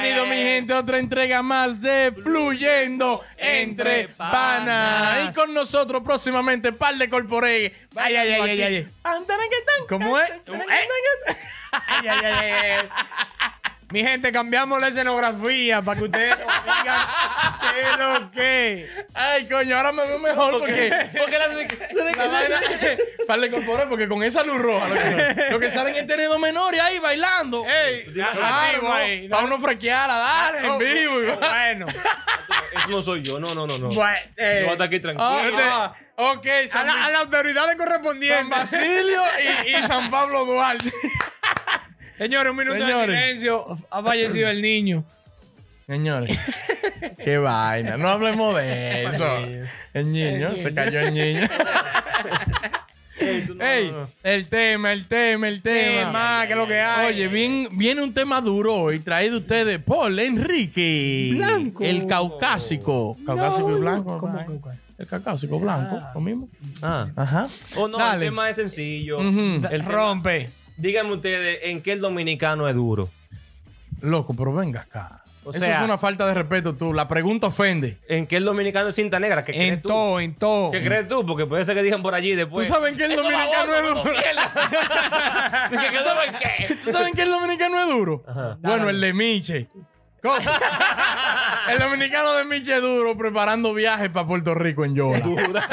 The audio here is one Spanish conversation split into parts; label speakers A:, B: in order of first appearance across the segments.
A: pendiente otra entrega más de Fluyendo Entre Panas. Y con nosotros próximamente, par de corporey.
B: Ay, ay, ay, ay, ay.
A: ¿Cómo es? Ay, ay, ay, ay, ay. Mi gente, cambiamos la escenografía para que ustedes nos digan qué es lo que. Ay, coño, ahora me veo mejor porque.
B: Porque la
A: La vaina- Par de corporey, porque con esa luz roja lo que, lo que salen es teniendo menores ahí bailando.
C: ¡Ey! ah,
A: Claro,
C: activo ahí.
A: Para uno fresquear a dar en vivo. Ah, y-
C: Bueno.
B: Eso no soy yo, no, no, no, no. Yo
C: Bueno, eh,
B: voy a estar aquí tranquilo.
A: Ah, ah, ok,
C: a,
A: San,
C: la, a la autoridad de
A: San
C: correspondiente.
A: Basilio y, y San Pablo Duarte.
C: Señores, un minuto
A: Señores.
C: de silencio. Ha fallecido el niño.
A: Señores, qué vaina. No hablemos de eso. El niño, se cayó el niño.
B: Ey, tú no-
A: Oh. Ey, el tema, el tema, el tema.
C: Tema, que lo que hay.
A: Oye, bien- viene un tema duro hoy traído ustedes por Enrique.
C: Blanco.
A: El caucásico. Caucásico y blanco.
C: ¿Cómo
A: ¿verdad?
C: caucásico?
A: El caucásico blanco, lo mismo.
B: Ah.
A: Ajá.
B: Oh, no,
A: Dale.
B: el tema es sencillo.
A: Ujú.
B: El tema-
C: Rompe.
B: díganme ustedes, ¿en qué el dominicano es duro?
A: Loco, pero venga acá.
B: O
A: Eso
B: sea-
A: es una falta de respeto, tú. La pregunta ofende.
B: ¿En qué el dominicano es cinta negra? ¿Qué crees
C: En
B: tú?
C: todo, en todo.
B: ¿Qué crees tú? Porque puede ser que digan por allí
A: ¿Tú
B: después.
A: sabes que el
B: Pues, "Eso
A: dominicano
B: baboso,
A: es duro?
B: no pierdas". Dije, ¿qué saben qué?
A: ¿Tú sabes que el dominicano es duro?
B: Ajá.
A: Bueno, el de Miche. ¿Cómo? el dominicano de Miche es duro preparando viajes para Puerto Rico en Yola.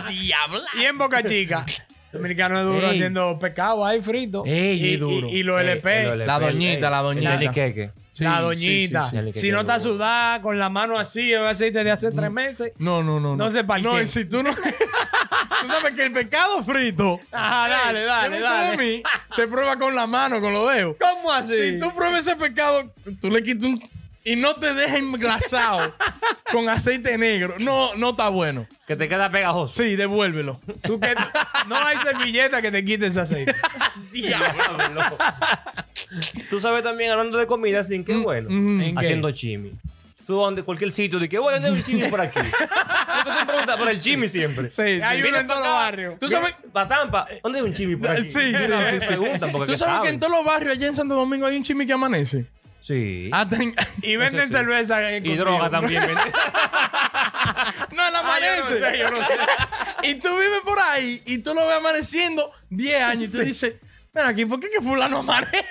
A: ¡El diablo!
C: Y en Boca Chica. Dominicano es duro
A: Ey.
C: haciendo pescado ahí frito.
A: Ey,
C: y,
A: es duro. Eh,
C: Y, y los LP.
B: Eh, El
A: La
B: LP,
A: doñita,
B: ey,
A: la
B: el
A: doñita.
B: Neliqueque.
A: Sí,
C: la
A: sí,
C: doñita.
A: sí, sí.
B: sí.
C: Si no está sudada, con la mano así, el aceite de hace
A: Mm.
C: tres meses.
A: No, no, no.
C: No se parqué.
A: No, y si tú no... tú sabes que el pescado frito...
C: Ajá, Ah, dale,
A: Ey,
C: dale,
A: yo no sé de
C: dale.
A: mí, se prueba con la mano, con los dedos.
C: ¿Cómo así?
A: Si tú pruebas ese pescado, tú le quitas un... Y no te dejes engrasado con aceite negro. No, no está bueno.
B: Que te queda pegajoso.
A: Sí, devuélvelo.
C: Tú que no hay servilleta que te quite ese aceite.
B: Diablo. pues, Tú sabes también, hablando de comida, sin qué bueno.
A: mm,
C: ¿en qué?
B: Haciendo chimi. Tú donde cualquier sitio, de que bueno, ¿dónde hay chimi por aquí? Yo te preguntas por el chimi siempre.
A: Sí, sí.
C: Hay uno en todos los barrios.
A: ¿Tú sabes,
B: Para Tampa, ¿dónde hay un chimi por aquí?
A: Sí, sí, sí, sí.
B: Preguntan porque
A: tú
B: ¿qué
A: sabes que
B: saben?
A: en todos los barrios allá en Santo Domingo hay un chimi que amanece?
B: Sí.
A: Hasta en-
C: Y venden
B: sí.
C: cerveza. eh,
B: y
C: contigo.
B: droga también. ¿ven?
A: no, él
C: Ah,
A: amanece.
C: yo no sé, yo no sé.
A: y tú vives por ahí y tú lo ves amaneciendo 10 años y tú dices, mira aquí, ¿por qué que fulano amanece?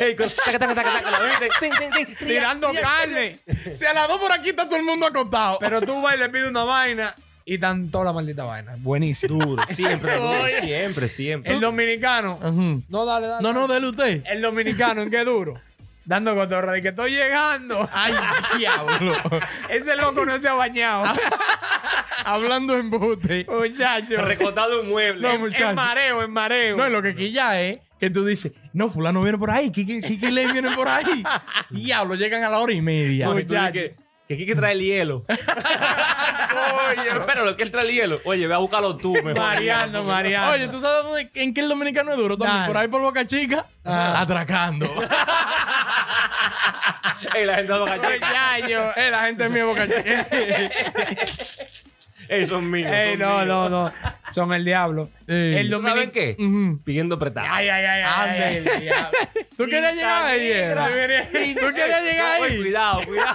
B: Ey, con- taca, taca, taca, taca, la viste. Tin, tin, tin.
C: Tirando carne.
A: Si a las dos por aquí está todo el mundo acostado.
C: Pero tú vas y le pides una vaina y dan toda la maldita vaina. Buenísimo.
B: Duro, siempre, duro,
A: Oye.
B: siempre, siempre.
C: El dominicano.
A: Ujú.
C: No, dale, dale.
A: No, no, dele usted.
C: El dominicano, ¿en qué duro? Dando cotorra de que estoy llegando.
A: Ay, diablo.
C: Ese loco no se ha bañado.
A: Hablando en bote.
C: Muchacho.
B: Recotado un mueble.
A: No, muchacho.
C: En mareo, en mareo.
A: No, y lo que quilla es que tú dices, no, fulano viene por ahí, Kiki, Kiki Lane viene por ahí. Diablo, llegan a la hora y media.
B: Porque tú dices que, que aquí que trae el hielo. Pero espéralo, que él trae el hielo. Oye, ve a buscarlo tú, mejor.
C: Mariano, Mariano.
A: Oye, ¿tú sabes dónde- en qué el dominicano es duro? También
C: Dale.
A: por ahí por Boca Chica,
C: Ah.
A: atracando.
B: Ey, la gente va a
C: Oye,
B: callar.
C: ya, yo.
A: Eh, la gente mía de Boca Chica.
B: Ey, son míos.
C: Ey,
B: son
C: no,
B: míos.
C: no, no. Son el diablo.
A: Ey.
C: El
B: ¿Tú ¿Saben
C: dominicano.
B: qué?
A: Ujú. Eh.
B: Pidiendo prestado.
C: Ay, ay, ay, ay. ay.
A: ¿Tú querías llegar ahí? era? ¿Tú querías llegar
B: Oye,
A: ahí?
B: Cuidado, cuidado.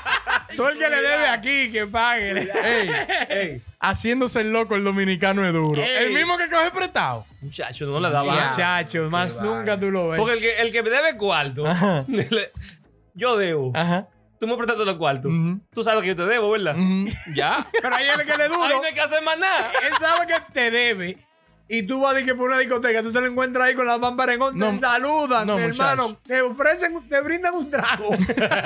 C: Tú el que le debe aquí, que pague.
A: Ey,
B: Ey,
A: haciéndose el loco el dominicano es duro.
B: Ey.
A: El mismo que coge prestado.
B: muchacho, no le daba.
C: Muchachos, más nunca tú lo ves.
B: Porque el que, el que me debe cuarto,
A: Pues. Ajá.
B: le- yo debo.
A: Ajá.
B: Tú me prestaste los cuartos.
A: Ujú.
B: Tú sabes que yo te debo, ¿verdad?
A: Ujú.
B: Ya.
C: Pero ahí es el que le
B: Ahí
C: duro.
B: no hay que hacer más nada.
C: Él sabe que te debe. Y tú vas a que por una discoteca, tú te lo encuentras ahí con la bámbara en onda,
A: No,
C: te saludan,
A: no,
C: mi hermano, te ofrecen, te brindan un trago. Pero te deben.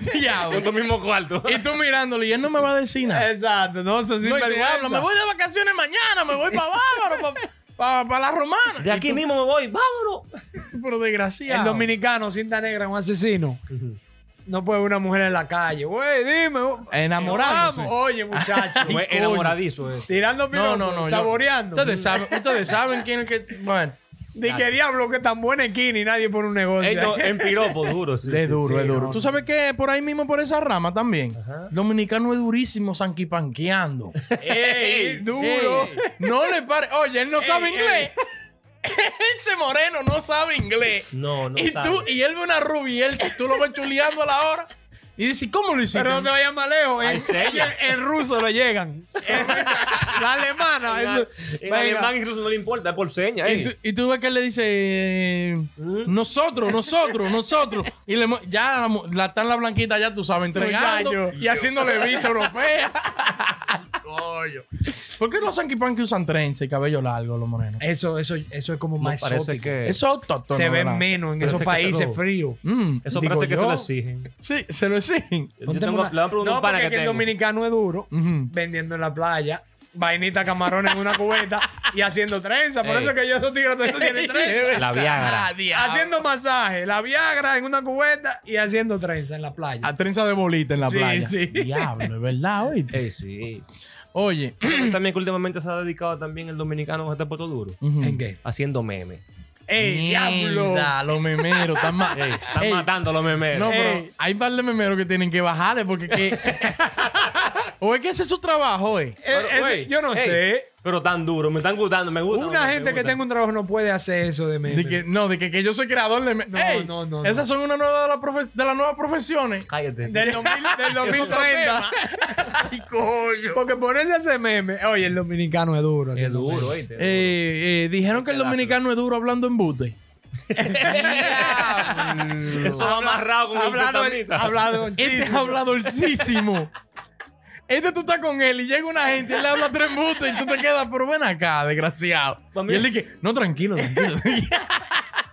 B: Con
A: Diablo.
B: tu mismo cuarto.
A: Y tú mirándolo y él no me va a decir nada.
C: Exacto, no, eso sí
A: No, y te habla, me voy de vacaciones mañana, me voy para Bávaro, para la Romana.
B: De aquí mismo me voy. Vámonos.
A: Pero desgraciado.
C: El dominicano, cinta negra, un asesino. No puede una mujer en la calle. Güey, dime. güey.
A: Enamorándose.
C: Vamos, Oye, muchacho.
B: Fue
A: coño.
B: enamoradizo eh.
C: Tirando
A: No,
C: piropos,
A: no, no. yo-
C: saboreando.
A: ustedes, saben, ustedes saben quién es el que. Bueno.
C: Ni que diablo, que tan buena esquina y nadie pone un negocio.
B: Ey, no, en piropo, duro. Sí,
A: es
B: sí,
A: duro,
B: sí.
A: es duro. Tú sabes que por ahí mismo, por esa rama también. el Dominicano es durísimo sanquipanqueando.
C: Ey, duro.
A: Ey, no le pare. Oye, él no sabe inglés. él se moreno no sabe inglés.
B: No, no
A: y
B: sabe.
A: tú, y él ve una rubiel que tú lo ves chuleando a la hora. Y dices, ¿cómo lo hiciste?
C: Pero no te vayas más lejos.
B: Hay
C: En,
B: sellas.
C: en ruso lo llegan. En- la alemana.
B: En,
C: eso-
B: en
C: venga.
B: alemán incluso no le importa, es por señas. eh.
A: y, tú, y tú ves que él le dice, eh,
B: ¿Mm?
A: nosotros, nosotros, nosotros. Y le mo- ya la, mo- la- está en la blanquita, ya tú sabes, entregando
C: gallo.
A: y haciéndole visa europea. Coño. ¿Por qué los sankipan que usan trenza y cabello largo, los morenos?
C: Eso, eso, eso es como
B: No,
C: más
B: parece
C: exótico.
B: que-
A: Eso es autóctono.
C: Se ven
A: ¿verdad?
C: menos en
B: Parece
C: esos
B: que
C: países
B: todo-
C: fríos.
A: Mm,
B: Eso
C: Digo
B: parece que se
C: yo.
B: lo exigen.
A: sí, se lo exigen.
B: Yo tengo, le voy a preguntar
C: no,
B: un pana
C: porque
B: que
C: es que el
B: tengo.
C: dominicano es duro
A: Ujú.
C: vendiendo en la playa. Vainita camarones en una cubeta y haciendo trenza. Por
B: Ey.
C: eso es que yo no tigres no tienen trenza.
B: La Viagra.
A: Ah, diablo.
C: haciendo masaje, la Viagra en una cubeta y haciendo trenza en la playa.
B: Ah,
A: A trenza de bolita en la
C: Sí,
A: playa.
C: sí.
A: Diablo, es verdad, oíste.
B: Ey, sí.
A: Oye.
B: También que últimamente se ha dedicado también el dominicano a este puesto duro.
A: Ujú.
C: ¿En qué?
B: Haciendo memes.
C: ¡Ey, diablo!
A: Mierda, los memeros están más.
B: Ey, están
A: Ey,
B: matando a los memes.
A: No, pero
C: Ey.
A: hay un par de memeros que tienen que bajarle porque que. o es que ese es su trabajo, eh.
C: Eh,
B: Pero,
C: ese-
B: güey,
C: yo no
B: ey,
C: sé.
B: Pero tan duro, me están gustando, me gusta.
C: Una gente que tenga un trabajo no puede hacer eso de meme.
A: De que, no, de que, que yo soy creador de. me-
C: No,
A: Ey,
C: no, no,
A: Esas son una nueva de, las profe- de las nuevas profesiones.
B: Cállate.
C: Del, 2000 del 2030.
A: Ay, coño.
C: Porque ponerse ese meme. Oye, el dominicano es duro.
B: Es
C: el dominicano.
B: duro, oíste.
A: Eh, eh, dijeron que el dominicano es duro hablando en bute.
B: Eso va amarrado con
C: Hablado,
B: el
C: hablado en
A: Este es
C: chiste.
A: habladorcísimo. Este tú estás con él y llega una gente, él le habla tres embustes y tú te quedas, pero ven acá, desgraciado.
B: Pa' mí-
A: Y él dice, no, tranquilo, tranquilo.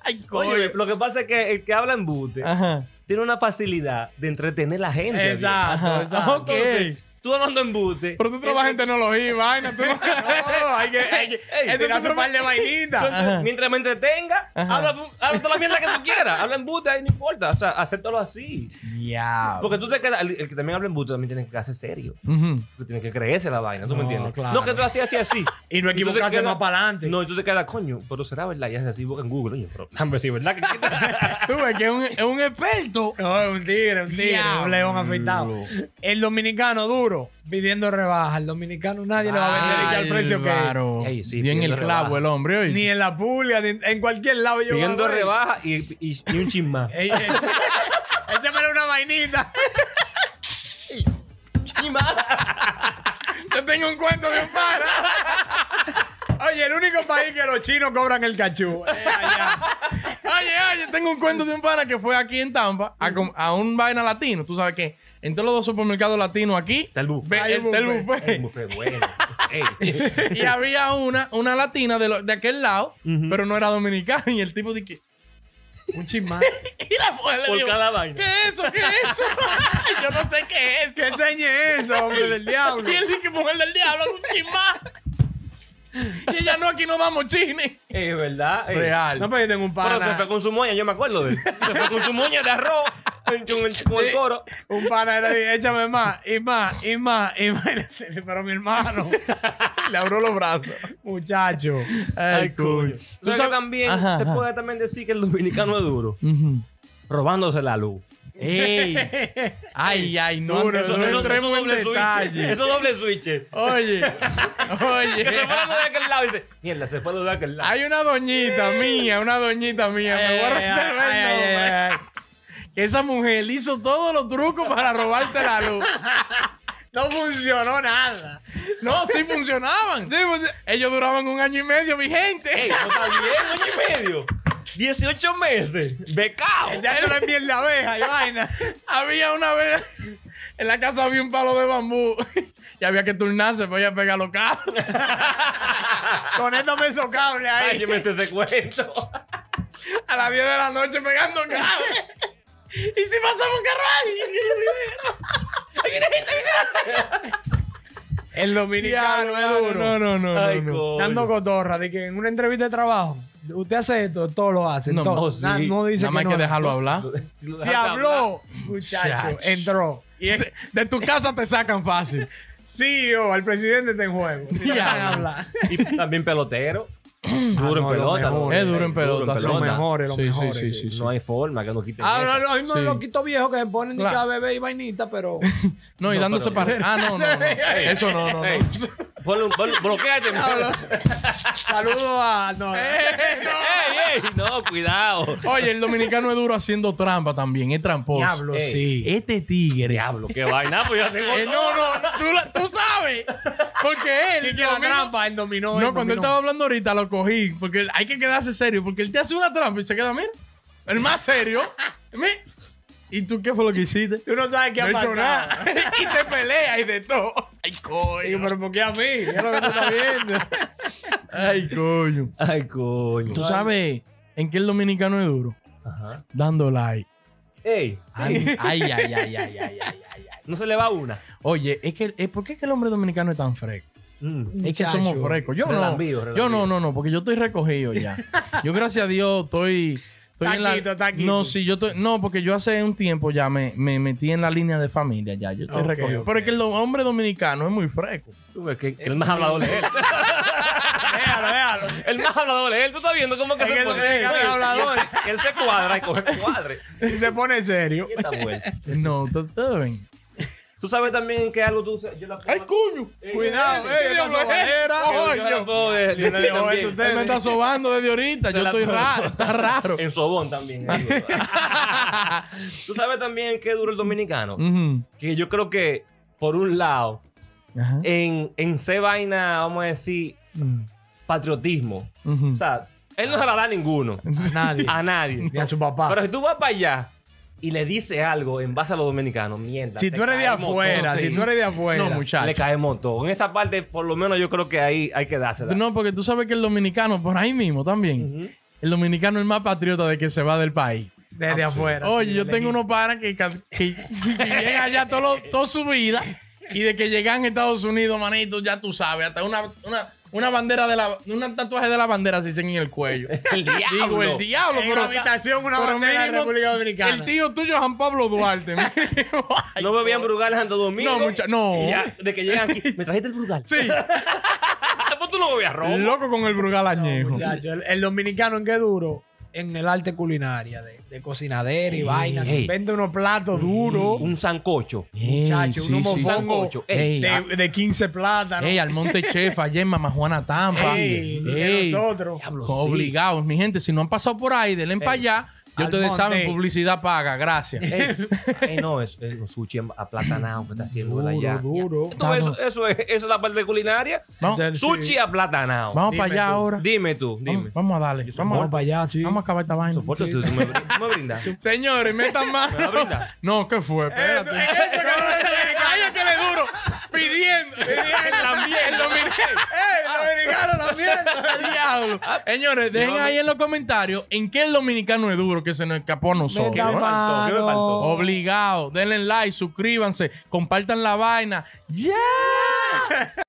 A: Ay,
B: Oye, lo que pasa es que el que habla en bute
A: Ajá.
B: tiene una facilidad de entretener a la gente.
C: Exacto,
A: Ajá,
C: exacto.
A: ok.
B: Entonces, tú hablando en bute.
A: Pero tú trabajas en tecnología y vaina, tú
C: No, hay que, hay que
B: Ey,
C: ese
B: tira
C: es
B: su
C: un par de vainitas.
A: Ajá.
B: Mientras me entretenga,
A: Ajá.
B: habla, habla toda la mierda que tú quieras. Habla en bute, ahí no importa. O sea, acéptalo así.
A: Ya.
B: Porque tú te quedas. El, el que también habla en bute también tiene que hacer serio.
A: Ujú.
B: Tú tienes que creerse la vaina, ¿tú
C: No,
B: me entiendes?
C: claro.
B: No, que tú así, así, así.
C: Y no
B: tú te
C: equivocarse
B: quedas-
C: más pa'lante.
B: No, y tú te quedas, coño, pero será verdad. Ya es así en Google, coño, pero. Hombre, sí, ¿verdad? Que-
A: Tú ves que es un, es un experto.
C: No, es un tigre, un tigre,
A: Diablo.
C: un león afeitado. El dominicano duro pidiendo rebaja. El dominicano nadie le va a vender ya al precio que
A: Álvaro.
B: Ey, sí,
A: Dio en el
B: pidiendo
A: clavo
B: rebaja.
A: el hombre hoy.
C: Ni en la pulga, ni en- en cualquier lado. Yo
B: Pidiendo
C: voy a ver.
B: rebaja y, y, y un chismá.
C: Ey, ey. Échamele una vainita.
A: Yo tengo un cuento de un para.
C: Oye, el único país que los chinos cobran el cachú. Eh, allá.
A: Oye, oye, tengo un cuento de un pana que fue aquí en Tampa a, com- a un vaina latino. Tú sabes que entre los dos supermercados latinos aquí
B: Está el buffet.
A: ve-
C: Hay
A: el-
C: un
A: está el
C: buffet.
A: buffet.
B: Ey, buffet, bueno. Ey.
A: y había una, una latina de, lo- de aquel lado, pero no era dominicana. Y el tipo dije,
C: Un chismán.
A: y la mujer le
B: Por
A: dijo,
B: cada vaina.
A: ¿qué es eso? ¿Qué es eso? Yo no sé qué es
C: Que
A: eso.
C: enseñe eso, hombre del diablo.
A: Y él dije, mujer del diablo, un chismar. Y ella, no, aquí no damos chisme.
B: Ey, es verdad. ey.
A: Real.
C: No, pero yo tengo un
B: Pero se fue
C: pana.
B: con su moña, yo me acuerdo de él. Se fue con su moña de arroz. con- Con el, con el coro.
C: Un pana era de, échame más, y más, y más, y más. Pero mi hermano,
A: Le abrió los brazos.
C: muchacho.
A: Ay,
B: Tú sabes que también
A: Ajá,
B: se
A: ajá.
B: puede también decir que el dominicano es duro. Robándose la luz.
A: Ey. Ay, ay, no.
C: Duro,
A: no,
B: Eso,
A: no
B: eso, eso
A: entremos en
B: doble switch.
A: detalle.
B: Eso doble switch. eh.
A: Oye,
B: Que se
A: oye.
B: fue la luz de aquel lado y dice, mierda, se fue la luz de aquel lado.
A: Hay una doñita mía, una doñita mía, me voy a
C: Eh, Ay,
A: reservar el
C: ay, ay,
A: nombre.
C: ay, ay.
A: Que esa mujer hizo todos los trucos para robarse la luz.
C: No funcionó nada.
A: No, sí funcionaban.
C: pues,
A: Ellos duraban un año y medio
B: Ey,
A: vigente.
B: no está bien, año y medio. 18 meses. Becao.
C: Ya no es miel de abeja y vaina.
A: Había una vez en la casa había un palo de bambú y había que turnarse para ir a pegar los cables.
C: Conéctame esos cables
B: Ay,
C: ahí.
B: yo me te ese cuento.
A: A las 10 de la noche pegando cables. Y si pasamos carral.
C: El dominicano es duro.
A: No, no, no.
B: Ay,
A: no, no.
B: coño.
C: Dando cotorra de que en una entrevista de trabajo, usted hace esto, todo lo hace.
A: No,
C: todo.
B: no, sí.
C: Na- no dice
A: Nada más hay
C: que
A: que
C: no.
A: dejarlo hablar.
B: Ah, Si lo
C: Si
B: dejaste hablar.
C: habló, muchacho,
A: Chacho.
C: entró. Y es
A: De, de tu casa te sacan fácil.
C: CEO, E al presidente está en juego. Si
A: Ya.
C: van a hablar.
B: Y también pelotero. Duro
C: no,
B: en
C: lo mejor.
B: pelota. Ah, ¿no? eh,
A: Es duro en pelota,
B: Duro en
A: sí.
C: Los
A: Pelota.
C: mejores, los
A: Sí, sí,
C: mejores.
A: sí, sí.
B: No hay forma que no quiten
A: Ah,
C: Ahora,
B: eso.
C: Ah, hay unos
A: Sí.
C: loquitos viejos que se ponen
A: Claro.
C: de cada bebé y vainita, pero.
A: No, y
B: No,
A: dándose
B: pero-
A: para Ah, no, no, no. Eso no, no, no.
B: Ey, ponle un- ponle- bloquéate.
C: Saludo a. No,
A: Eh, no.
B: ¡Ey, ey, Ey, no, cuidado.
A: Oye, el dominicano es duro haciendo trampa también, es tramposo.
C: Diablo,
A: Ey,
C: sí.
A: Este tigre.
B: Diablo, qué vaina, pues yo tengo.
A: Eh, no, no, tú, la- tú sabes. Porque él.
C: que la
A: dominó-
C: trampa, él dominó.
A: No, cuando él estaba hablando ahorita lo cogí. Porque él- hay que quedarse serio. Porque él te hace una trampa y se queda, mira. El más serio. mi- ¿Y tú qué fue lo que hiciste?
C: Tú no sabes qué
A: No
C: ha
A: he
C: pasado.
A: hecho nada. y te pelea y de todo. Ay,
C: Digo,
A: coño.
C: pero ¿por qué a mí? Es lo que tú estás viendo.
A: Ay, coño.
B: Ay, coño.
A: ¿Tú sabes en qué el dominicano es duro?
B: Ajá.
A: Dando like.
B: Ey,
A: Ay, ay, ay, ay, ay, ay, ay, ay, ay.
B: no se le va una.
A: Oye, es que, es- ¿por qué es que el hombre dominicano es tan fresco?
B: Mm.
A: Es que
C: Muchacho.
A: somos frescos. Yo no.
B: Relambido,
A: Yo
B: relambido.
A: no, no, no, porque yo estoy recogido ya. Yo, gracias a Dios, estoy. estoy en la-
C: Taquito, taquito.
A: No, sí, yo estoy. No, porque yo hace un tiempo ya me, me metí en la línea de familia ya. Yo estoy
C: Ok,
A: recogido.
C: ok.
A: Pero es que el do- hombre dominicano es muy fresco.
B: Tú ves que, que el más hablador es él.
C: Déjalo, déjalo.
B: El más hablador es él. Tú estás viendo cómo que
C: Es
B: se
C: que el
B: pone.
C: dominicano es
B: Oye,
C: hablador.
B: que Él se cuadra y coge cuadre.
C: Y se pone serio.
B: ¿Qué está bueno?
A: No, ustedes ven.
B: Tú sabes también que algo tú. Yo la
A: coño!
B: Ey,
C: Cuidado,
A: ¿Qué
C: eh,
A: diablo
C: esa
A: es?
C: sobadera.
B: Yo, yo la puedo decir
C: Yo le digo,
B: también.
C: "Vete usted".
A: Él me está sobando desde ahorita.
B: Se
A: Yo
B: la
A: estoy
B: pongo.
A: raro. Está raro.
B: En Sobón también. Tú sabes también qué duro el dominicano.
A: Ujú.
B: Que yo creo que, por un lado,
A: Ajá.
B: en, en C vaina, vamos a decir,
A: Mm.
B: patriotismo.
A: Ujú.
B: O sea, él no se la da a ninguno,
C: A nadie.
B: a nadie.
C: Ni a su papá.
B: Pero si tú vas para allá y le dices algo en base a los dominicanos, mierda.
C: si
B: te
C: tú eres de
B: caemos
C: afuera,
B: todos,
C: si
B: sí.
C: tú eres de afuera.
A: No, muchacho.
B: Le caemos todo. En esa parte, por lo menos, yo creo que ahí hay que dársela.
A: No, porque tú sabes que el dominicano, por ahí mismo también,
B: Ujú.
A: el dominicano es el más patriota de que se va del país.
C: Desde afuera.
A: Oye,
C: Ah, sí,
A: yo
C: de
A: tengo
C: lejito.
A: unos panas que, ca- que vivían allá todo lo- toda su vida y de que llegan a Estados Unidos, manito, ya tú sabes, hasta una, una, una bandera de la, un tatuaje de la bandera se hicieron en el cuello.
B: El diablo.
A: Digo, el diablo,
C: En
A: pero,
C: la habitación, una
A: pero
C: bandera de
A: mínimo,
C: República Dominicana.
A: El tío tuyo, Juan Pablo Duarte. mínimo. Ay,
B: No bebían Brugal en Santo Domingo.
A: No, mucha- no.
B: Y ya, de que llegan aquí. ¿Me trajiste el Brugal?
A: Sí,
B: pues tú no bebías romo.
A: loco con el Brugal añejo.
C: Muchacho, el, el dominicano en qué duro en el arte culinaria de, de cocinadera y
B: Ey,
C: vainas.
B: ey.
C: Vende unos platos duros.
B: Un sancocho.
C: Muchacho,
A: Ey, sí,
C: un
A: sí, sí.
C: mofongo
B: Sancocho. Ey, ah.
A: Ey,
C: de, de 15 plátanos.
A: Ey, al Monte Chef, allá en Mamá Juana Tampa.
C: Ey,
A: Ey,
C: de nosotros.
B: Diablo, sí.
A: Obligados, mi gente. Si no han pasado por ahí, denle para allá. Ya
C: al
A: ustedes
C: monte.
A: saben, publicidad paga, gracias.
B: Ey, ey, no, es, es un sushi aplatanado que está haciendo él
C: Duro,
B: allá.
C: duro.
B: Tú, eso, eso, es, eso es la parte culinaria.
A: Vamos,
C: Ya- Sí.
B: Sushi aplatanado.
A: vamos para
C: Dime
A: allá
C: tú.
A: ahora.
B: Dime tú, dime.
A: Vamos, vamos a darle. Vamos,
C: Vamos
A: a-
C: para allá, sí.
A: vamos a acabar esta vaina.
B: Soporta tú, tú me, brin- tú me brindas.
A: Señores, metan más.
B: ¿Me vas a brindar?
A: No, ¿qué fue? Espérate.
C: Eh, eso,
A: Cállate le duro. Pidiendo. El dominicano.
C: ¡Ey, dominicano también!
A: El diablo. Señores, dejen
B: No, no.
A: ahí en los comentarios en qué el dominicano es duro que se nos escapó a nosotros.
B: ¿Qué me faltó? ¿Qué me faltó?
A: Obligado. Denle like, suscríbanse, compartan la vaina. ¡Ya!